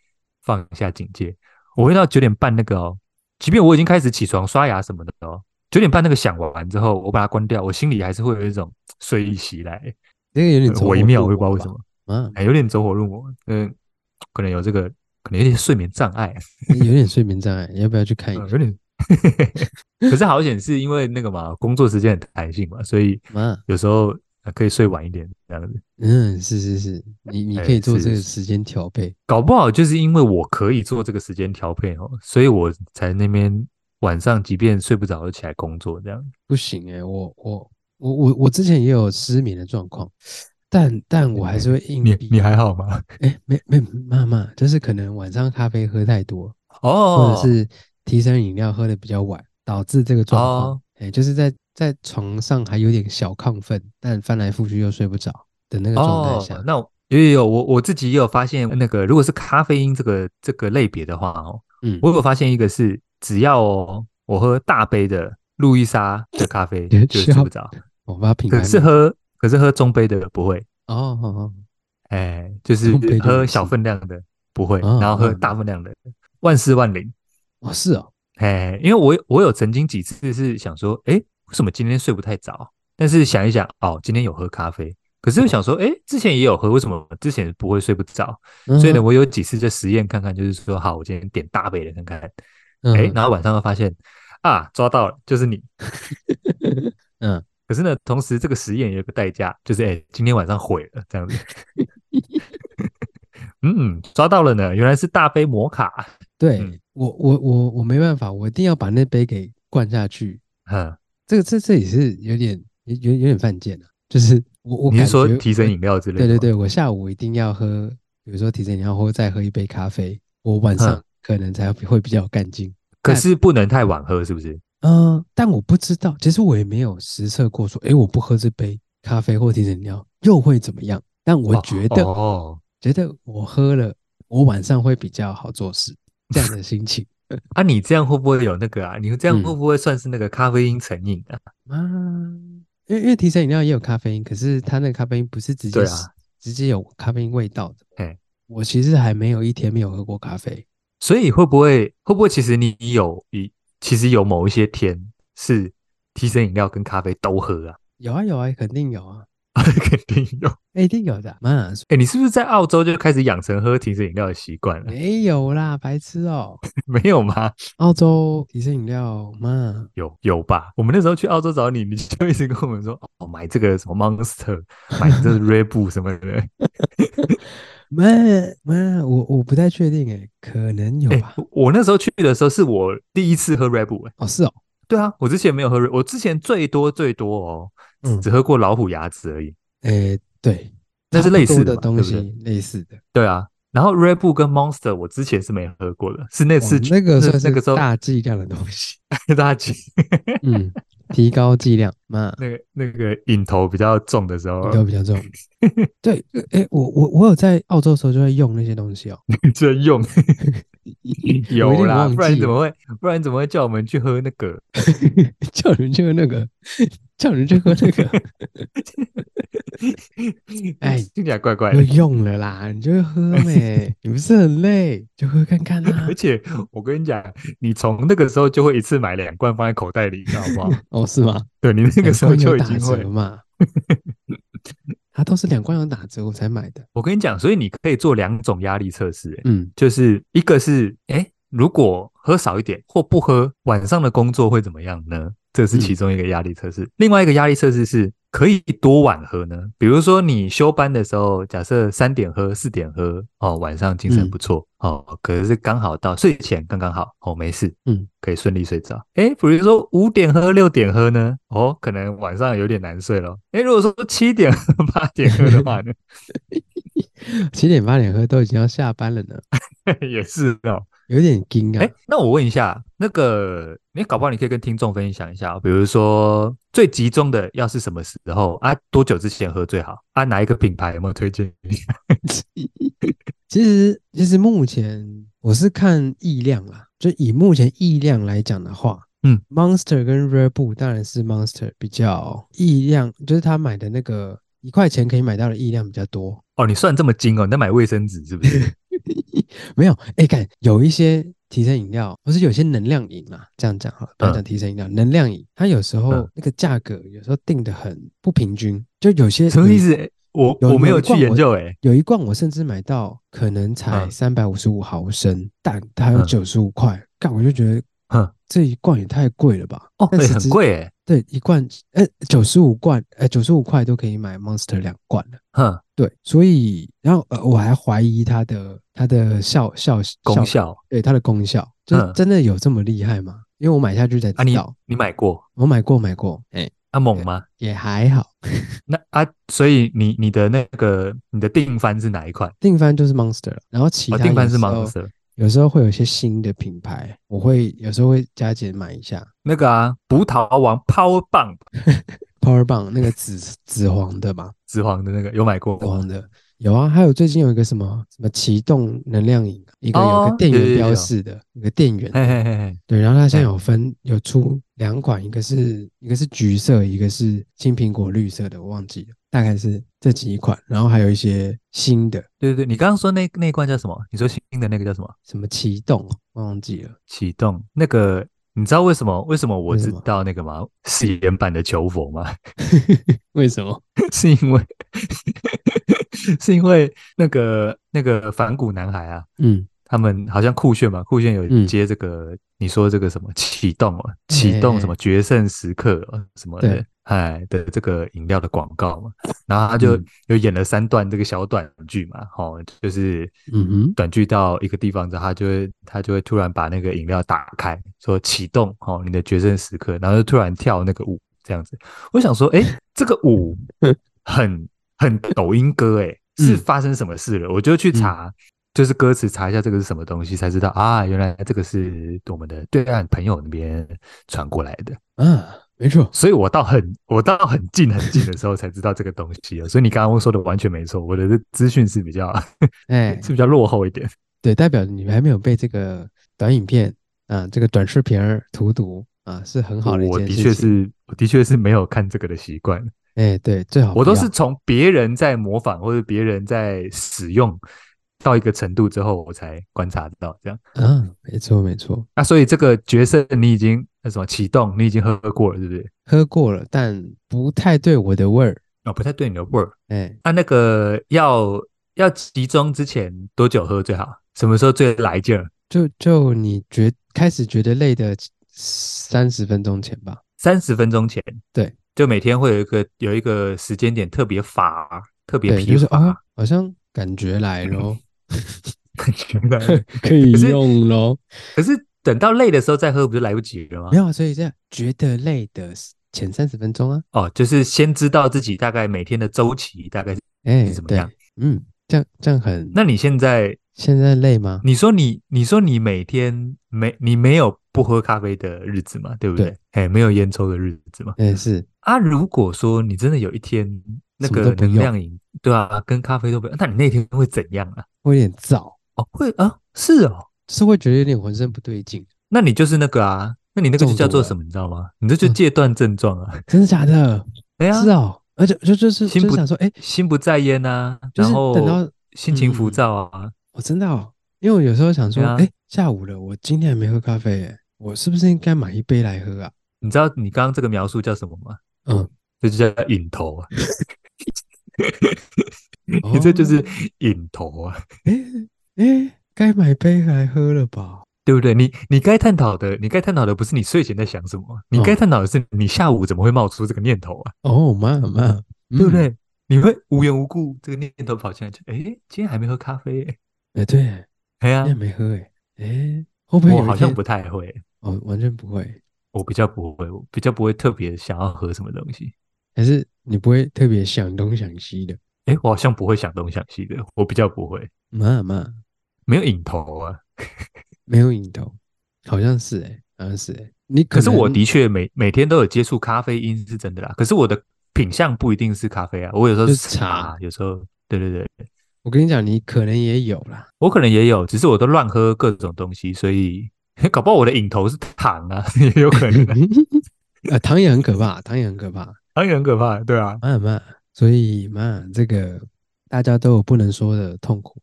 放下警戒，我会到九点半那个哦，即便我已经开始起床刷牙什么的哦，九点半那个响完之后，我把它关掉，我心里还是会有一种睡意袭来，
这个有点
很
走火
微妙，我也不
入
知道
魔
为
吧
什么，
啊，
哎，有点走火入魔，嗯，可能有这个，可能有点睡眠障碍，
有点睡眠障碍，要不要去看一
嗯
下？
有 点。可是好险是因为那个嘛，工作时间很弹性嘛，所以
妈，
有时候啊可以睡晚一点这样子。
嗯，是是是，你你
哎
可以做
是
这个
是
时间调配，
搞不好就是因为我可以做这个时间调配哦，所以我才那边晚上即便睡不着就起来工作这样。
不行哎、我我我我我之前也有失眠的状况，但但我还是会硬
你
逼。
你还好吗？
哎、没没妈妈，就是可能晚上咖啡喝太多，
哦，
或者是提神饮料喝的比较晚，导致这个状况。
哦
哎、就是在在床上还有点小亢奋，但翻来覆去又睡不着的那个状态下，
哦、那我有有有，我我自己也有发现，那个如果是咖啡因这个这个类别的话哦，
嗯，
我有发现一个是，只要哦我喝大杯的路易莎的咖 啡
也
就
需
睡
要
不着，
我把品牌
可是
名
喝可是喝中杯的不会，
哦哦
哎，就是
中杯的
喝
不
小
是
分量的不会，
啊
然后喝
啊
大分量的万事万灵。
哦是哦，
哎，因为我有我有曾经几次是想说，哎，为什么今天睡不太着？但是想一想，哦，今天有喝咖啡，可是又想说，哎，之前也有喝，为什么之前不会睡不着？所以呢，
嗯
我有几次就实验看看，就是说，好，我今天点大杯的看看，哎、然后晚上又发现啊，抓到了，就是你。
嗯，
可是呢，同时这个实验也有个代价，就是哎、今天晚上毁了这样子。 嗯，抓到了呢，原来是大杯摩卡。
对、
嗯
我我我我没办法，我一定要把那杯给灌下去。
嗯，
这个这这也是有点有有有点犯贱啊，就是我我
你是
感
说
觉
提神饮料之类的？
对对，对，我下午一定要喝，比如说提神饮料，或者再喝一杯咖啡，我晚上
嗯
可能才会比较有干劲。
可是不能太晚喝，是不是？
嗯、但我不知道，其实我也没有实测过说，诶，我不喝这杯咖啡或提神饮料又会怎么样？但我觉得，
哦，
觉得我喝了，我晚上会比较好做事，这样的心情
啊，你这样会不会有那个啊？你这样
嗯
会不会算是那个咖啡因成瘾啊？
啊。因为因为提神饮料也有咖啡因，可是它那个咖啡因不是直接
对
是、
啊
直接有咖啡因味道的。
嘿
我其实还没有一天没有喝过咖啡。
所以会不会会不会其实你有你其实有某一些天是提神饮料跟咖啡都喝啊？
有啊有啊，肯定有啊，
肯定有。
诶一定有的啊。妈，
哎、你是不是在澳洲就开始养成喝提神饮料的习惯了？
没有啦，白痴哦、
没有吗？
澳洲提神饮料嘛，
有有吧？我们那时候去澳洲找你，你就一直跟我们说，哦，买这个什么 Monster，买这个 Red Bull 什么 的。
妈妈，我我不太确定诶、欸可能有
哎、
吧。
我我那时候去的时候是我第一次喝 Red Bull、哎
哦，是哦，
对啊，我之前没有喝 Red，我之前最多最多哦，只
嗯
只喝过老虎牙子而已。
诶、对，
那是
差不
类似
多
的
的
嘛
东
对不
西
对，
类似的。
对啊，然后 Red Bull 跟 Monster 我之前是没喝过的，是那
哇
次去
哦那个算
那
是
个时候
大剂量的东西，
大家
嗯，提高剂量嘛，
那个那个瘾头比较重的时候
都，比较重。 对，诶、我我我有在澳洲的时候就会用那些东西哦，
就用
我一
有
定
啦，
忘
不然你
记
怎么会不然你怎么会叫我们去喝那个？
叫人去喝那个，叫人去喝那个。哎
听起来怪怪
有
的。
用了啦，你就 会喝没？你不是很累，就喝看看啊啦、
而且我跟你讲，你从那个时候就会一次买两罐放在口袋里，好不 好？
哦，是吗？
对你那个
两
时候
哎罐有
就已
打
经会
折。嘛，它都是两罐有打折我才买的。
我跟你讲，所以你可以做两种压力测试、哎
嗯，
就是一个是，哎，如果喝少一点或不喝，晚上的工作会怎么样呢？这
嗯
是其中一个压力测试。另外一个压力测试是可以多晚喝呢？比如说你休班的时候，假设三点喝、四点喝，哦，晚上精神
嗯
不错，哦，可是刚好到睡前刚刚好，哦，没事，
嗯，
可以顺利睡着。哎，比如说五点喝、六点喝呢，哦，可能晚上有点难睡咯。哎，如果说七点喝、八点喝的话呢，
七点八点喝都已经要下班了呢，
也是哦。
有点惊啊
哎，。那我问一下，那个你搞不好你可以跟听众分享一下，哦比如说最集中的要是什么时候啊？多久之前喝最好啊？哪一个品牌有没有推荐？
其实其实目前我是看剂量啦，就以目前剂量来讲的话，
嗯
，Monster 跟 Red Bull 当然是 Monster 比较剂量，就是他买的那个一块钱可以买到的剂量比较多。
哦，你算这么精哦，你在买卫生纸是不 是？
没有，哎、看有一些提神饮料，不是有些能量饮嘛？这样讲好了，不要
嗯
讲提神饮料，能量饮它有时候
嗯
那个价格有时候定的很不平均，就有些
什么意
有一？
思？哎我
有
我没
有
有
一
去
罐
研
我
究哎，
有一罐我甚至买到可能才
嗯
三百五十五毫升，但它有
嗯
九十五块，干我就觉得
哼，
这一罐也太贵了吧？
哦，
但
哎
实
很
际，
贵哎，
对，一罐，哎、九十五罐，哎、九十五块都可以买 Monster 两罐了。
哼，
对，所以，然后呃，我还怀疑它的它的效效
功，效
对它的功效，就是
嗯
真的有这么厉害吗？因为我买下去才
啊
知
你，
道，
你买过
我买过买过，哎、
啊猛吗？
也还好。
那啊，所以你你的那个你的定番是哪一款？
定番就是 Monster 了，然后其
哦，
他
定番
有
是
时候
Monster
有时候会有一些新的品牌，我会有时候会加减买一下。
那个啊，葡萄王 Power Bomb
Power 棒那个紫紫黄的嘛，
紫黄的那个有买过
紫
吗？
黄的有啊，还有最近有一个什么什么启动能量饮，啊一个有
哦
个电
有有
源
有
标示的，一个电源
嘿嘿嘿嘿，
对，然后它现在有分有出两款，一个是一个是橘色，一个是青苹果绿色的，我忘记了，大概是这几款，然后还有一些新的
对对对，你刚刚说那那一罐叫什么？你说新的那个叫什么？
什么启动，我忘记了，
启动那个，你知道为什么为什么我
为什
知
么
道那个吗？誓言版的求佛吗？
为什么？
是因为 是因为那个那个反骨男孩啊，
嗯，
他们好像酷炫嘛，酷炫有
嗯
接这个、你说这个什么启动哦，
哎哎
启动
哎
什么决胜时刻哦什么的
对，
哎的这个饮料的广告嘛，然后他就
嗯
有演了三段这个小短剧嘛，哦，就是
嗯哼
短剧到一个地方之后，他就会他就会突然把那个饮料打开，说启动哦你的决胜时刻，然后就突然跳那个舞这样子，我想说，哎、这个舞很很抖音歌、诶哎，是
嗯
发生什么事了？我就去查，就是歌词查一下这个是什么东西，才知道啊，原来这个是我们的对岸朋友那边传过来的。
啊，没错，
所以我到很我到很近很近的时候才知道这个东西哦。所以你刚刚说的完全没错，我的资讯是比较
哎、
是比较落后一点。
对，代表你们还没有被这个短影片啊，这个短视频儿荼毒啊，是很好的一
我
件
的
事情。
确，是我的确是没有看这个的习惯，
哎，对，最好
我
不
都
要
是从别人在模仿或者别人在使用到一个程度之后，我才观察到这样。
啊，没错没错，
那所以这个角色你已经那什么启动，你已经喝过了，对不对？
喝过了，但不太对我的味儿。
啊、不太对你的味儿。
哎，
那、那个要要集中之前多久喝最好？什么时候最来劲儿？
就就你觉开始觉得累的三十分钟前吧。
三十分钟前。
对，
就每天会有一个有一个时间点特别乏，特别
对，
疲
就是
乏。
啊，好像感觉来咯， 可以
嗯可是
用咯。
可是等到累的时候再喝，不就来不及了吗
没？有啊，所以这样觉得累的前三十分钟啊，
哦，就是先知道自己大概每天的周期大概是
哎，
怎么
对
样，
嗯，这样这样很。
那你现在
现在累吗？
你说你，你说你每天没你没有不喝咖啡的日子嘛，对不对
对？
哎，没有烟抽的日子嘛。
哎，是
啊，如果说你真的有一天那
什么
个
都不
能
用
量饮，对啊，跟咖啡都不一样，那你那天会怎样啊？
会有点燥，
哦，会啊，是哦，
就是会觉得有点浑身不对劲。
那你就是那个啊，那你那个就
中
叫
毒
做
了
什么，你知道吗？你这就
嗯
戒断症状啊。
真的假的？
哎呀
是，哦，而且就就是
心
就是
不
想说，哎，
心不在焉啊，
就
然
是
后
等到
心情浮
嗯
躁啊，
我真的哦，因为我有时候想说
对，啊
哎，下午了，我今天还没喝咖啡，哎，我是不是应该买一杯来喝啊？
你知道你刚刚这个描述叫什么吗？
嗯，
这就叫引头啊。
哦
你 这就是引头啊，
哎，该买杯来喝了吧？
对不对？你你该探讨的，你该探讨的不是你睡前在想什么，你该
嗯
探讨的是你下午怎么会冒出这个念头啊，
哦，妈妈，
对不
嗯？
对？你会无缘无故这个念头跑进来，就哎，诶今天还没喝咖啡耶，
哎，对，
哎呀
今天，没喝，哎，哎，会不会有
我
一
好像
天
不太会，
哦，完全不会，
我比较不会，我比较不会特别想要喝什么东西。
还是你不会特别想东想西的？
哎，我好像不会想东想西的，我比较不会，
妈妈
没有引头啊。
没有引头，好像是哎，好像是哎，你
可是我
能
的确每每天都有接触咖啡因是真的啦，可是我的品相不一定是咖啡啊，我有时候
就是是茶
茶，有时候对对对，
我跟你讲，你可能也有 啦。
我可能也有，只是我都乱喝各种东西，所以 搞不好我的瘾头是糖啊， 也有可能、啊，
呃，糖也很可怕，糖也很可怕。
糖也很可怕，对啊，
妈妈，所以嘛，这个大家都有不能说的痛苦，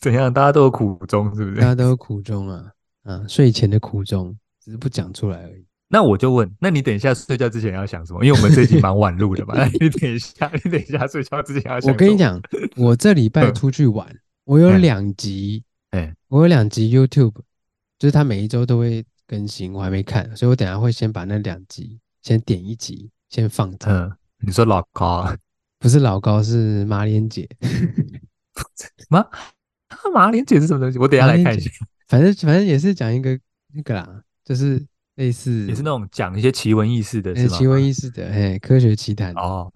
怎样，大家都有苦衷，是不
大
是？
家都有苦衷啊啊，睡前的苦衷，只是不讲出来而已。
那我就问，那你等一下睡觉之前要想什么？因为我们这集蛮晚录的嘛， 那你等一下，你等一下睡觉之前要想什
我
么，
跟你，讲，我这礼拜
嗯
出去玩，我有
嗯
两集，
哎
我有两集 YouTube，就是它每一周都会更新，我还没看，所以我等一下会先把那两集先点一集，先放着。
嗯，你说老高啊
不是老高，是马莲姐。
马啊马莲姐是什么东西？我等一下来看一下，
反正反正也是讲一个那个啦，就是类似
也是那种讲一些奇闻异事的是
哎
吗？
奇闻异事啊的，哎，科学奇谈
哦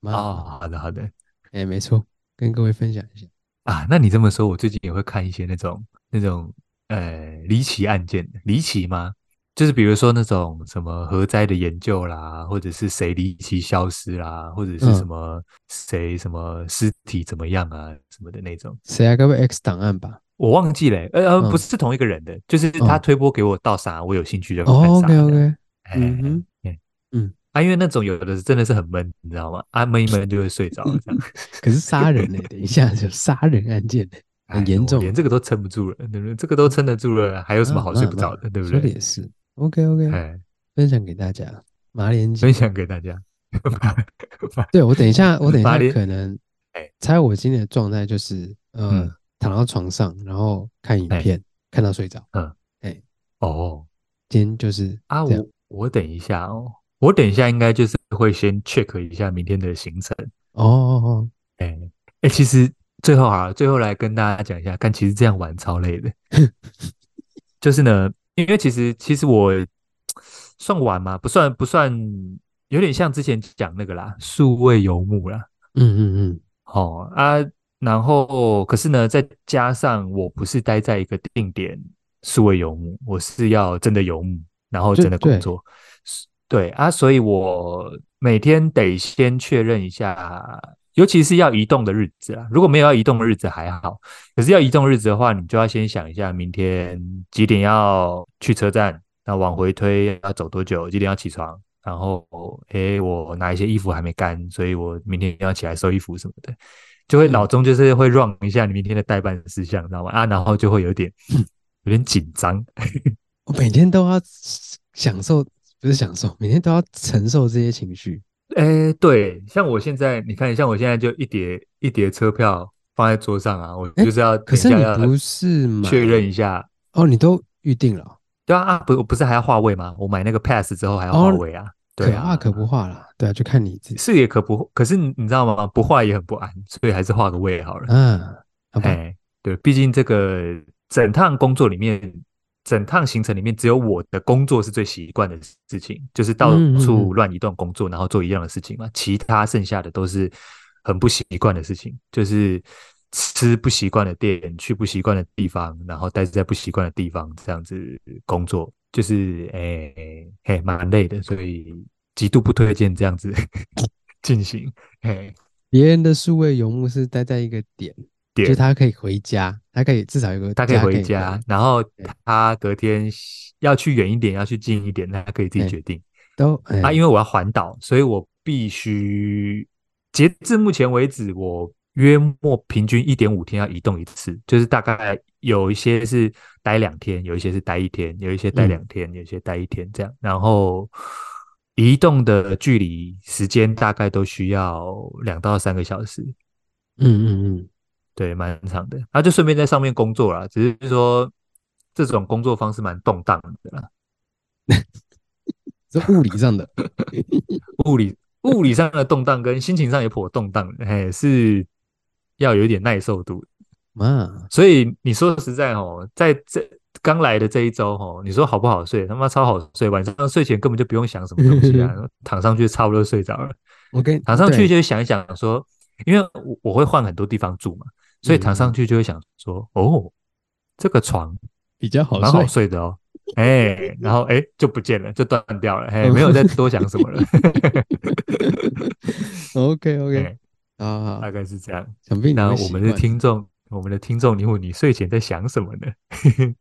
嘛，
哦，好的好的
哎，没错，跟各位分享一下。
啊，那你这么说，我最近也会看一些那种那种呃离奇案件，离奇吗？就是比如说那种什么核灾的研究啦，或者是谁离奇消失啦，或者是
嗯
什么谁什么尸体怎么样啊什么的那种。
谁啊？该不会 X 档案吧？
我忘记了欸、呃，呃
嗯
不是同一个人的，就是他
嗯
推播给我到啥，我有兴趣就去看
哦
啥
，OK
的。
OK，
哎
嗯哼，
哎
嗯，
啊，因为那种有的真的是很闷，你知道吗？啊，闷一闷就会睡着了，这
嗯
样哎
可是杀人呢？等一下就杀人案件呢，很
哎
严
我
重
连这个都撑不住了，对不对？这个都撑得住了， 还有
有
什么好睡不着的，对不
啊嗯说的
对？
也是。OK OK，
哎，
分享给大家。马莲姐
分，享给大家。
对我等一下，我等一
马
下
莲
可能
哎，
猜我今天的状态就是，呃
嗯，
躺到床上，然后看影
哎
片，看到睡着。
哦，
今天就是
啊，
这样
我我等一下哦，我等一下应该就是会先 check 一下明天的行程。
哦哦哦，
哎哎，其实最后啊，最后来跟大家讲一下，但其实这样玩超累的。 就是呢，因为其实其实我算玩嘛，不算不算，有点像之前讲那个啦，数位游牧啦。
嗯嗯
哦啊，然后可是呢，再加上我不是待在一个定点数位游牧，我是要真的游牧，然后
对
真的
对
工作。是对啊，所以我每天得先确认一下，尤其是要移动的日子啦。啊如果没有要移动的日子还好，可是要移动日子的话，你就要先想一下明天几点要去车站，那往回推要走多久，几点要起床，然后诶，我哪一些衣服还没干，所以我明天要起来收衣服什么的，就会
嗯
脑中就是会 run 一下你明天的代办事项，知道吗？啊，然后就会有点 有点紧张，
嗯，我每天都要享受，不是享受，每天都要承受这些情绪。
诶，对，像我现在你看，像我现在就一叠一叠车票放在桌上啊，我
诶
就是要
可
等一
是
下
你
要
不是买
确认一下。
哦，你都预定了哦，
对啊，啊不，我不是还要划位吗？我买那个 pass 之后还要划
哦
位啊。对
可
啊，
画可不画啦，对啊，就看你自己
是也可不，可是你你知道吗？不画也很不安，所以还是画个位好了。
啊，好吧，
哎，对，毕竟这个整趟工作里面，整趟行程里面，只有我的工作是最习惯的事情，就是到
嗯嗯嗯
处乱移动工作，然后做一样的事情嘛。其他剩下的都是很不习惯的事情，就是吃不习惯的店，去不习惯的地方，然后待在不习惯的地方，这样子工作，就是哎嘿蛮累的，所以极度不推荐这样子 进行。嘿，
别人的数位游牧是待在一个点，就
点
是他可以回家，他可以至少有个
他可以
家
回家，然后他隔天要去远一点，要去近一点，那他可以自己
哎
决定。
都哎，
啊，因为我要环岛，所以我必须截至目前为止，我约莫平均一点五天要移动一次，就是大概有一些是待两天，有一些是待一天，有一些待
嗯
两天，有一些待一天这样。然后移动的距离时间大概都需要两到三个小时。
嗯嗯嗯，
对，蛮长的。然后就顺便在上面工作啦，只是说这种工作方式蛮动荡的啦。
是物理上的，
物理物理上的动荡跟心情上也颇动荡的，嘿，是要有一点耐受度。
嘛，
所以你说实在哦，在这刚来的这一周哦，你说好不好睡？他妈超好睡，晚上睡前根本就不用想什么东西啊，躺上去差不多睡着了。
我跟
躺上去
嗯对
就会想一想说，因为我我会换很多地方住嘛，所以躺上
嗯
去就会想说，哦，这个床
比较好
蛮
睡
好，睡的哦。哎、然后哎、就不见了，就断掉了，哎、
嗯
没有再多想什么了，
OK
哎、
OK，啊，
大概是这样。
想必你
那
会
我
习
们的
惯。
听众，我们的听众，你问你睡前在想什么呢？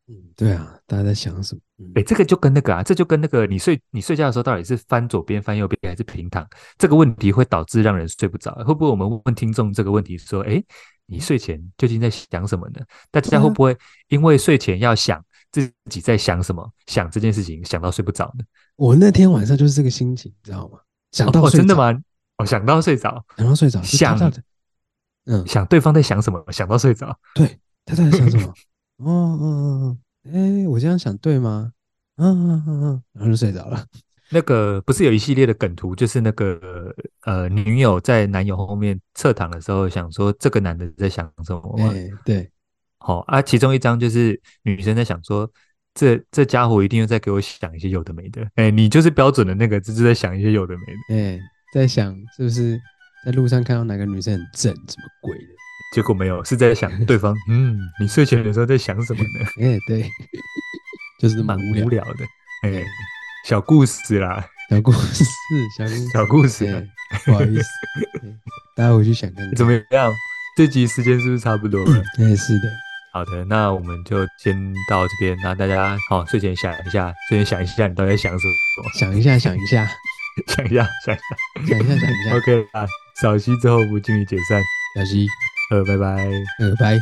嗯，对啊，大家在想什么？嗯
哎、这个就跟那个啊，这就跟那个你睡你睡觉的时候到底是翻左边翻右边还是平躺，这个问题会导致让人睡不着。会不会我们问听众这个问题说，哎、你睡前究竟在想什么呢？大
对
家
啊
会不会因为睡前要想自己在想什么，想这件事情想到睡不着呢？
我那天晚上就是这个心情，你知道吗？想到
哦，
睡
真的
着？
吗？哦，想到睡着，
想到睡着，就他
想
到底，嗯，
想对方在想什么，想到睡着。
对，他到底想什么？哦哦哦，哎，我这样想对吗？嗯嗯嗯嗯，然后就睡着了。
那个不是有一系列的梗图，就是那个呃女友在男友后面侧躺的时候，想说这个男的在想什么
哎、
吗？
对，
好、啊，其中一张就是女生在想说，这这家伙一定又在给我想一些有的没的。哎、你就是标准的那个，就是在想一些有的没的。
哎、在想是不是在路上看到哪个女生很正，什么鬼的？
结果没有，是在想对方，嗯，你睡前的时候在想什么呢？
哎、对， 就是这么
蛮
无
无
聊。
聊的。哎、
对
小故事啦，
小故事，小故事，
小故事啊、
哎不好 意思，哎大家回去想看看。
怎么样？这集时间是不是差不多了？
哎，是的，
好的，那我们就先到这边。那大家好、睡前想一下，睡前想一下，你到底在想什么？
想一下，想一下，
想一下，想一下。
想一 下，想一下。
OK 啦，扫息之后不经意解散。
小西，
呃，拜拜。
呃，拜。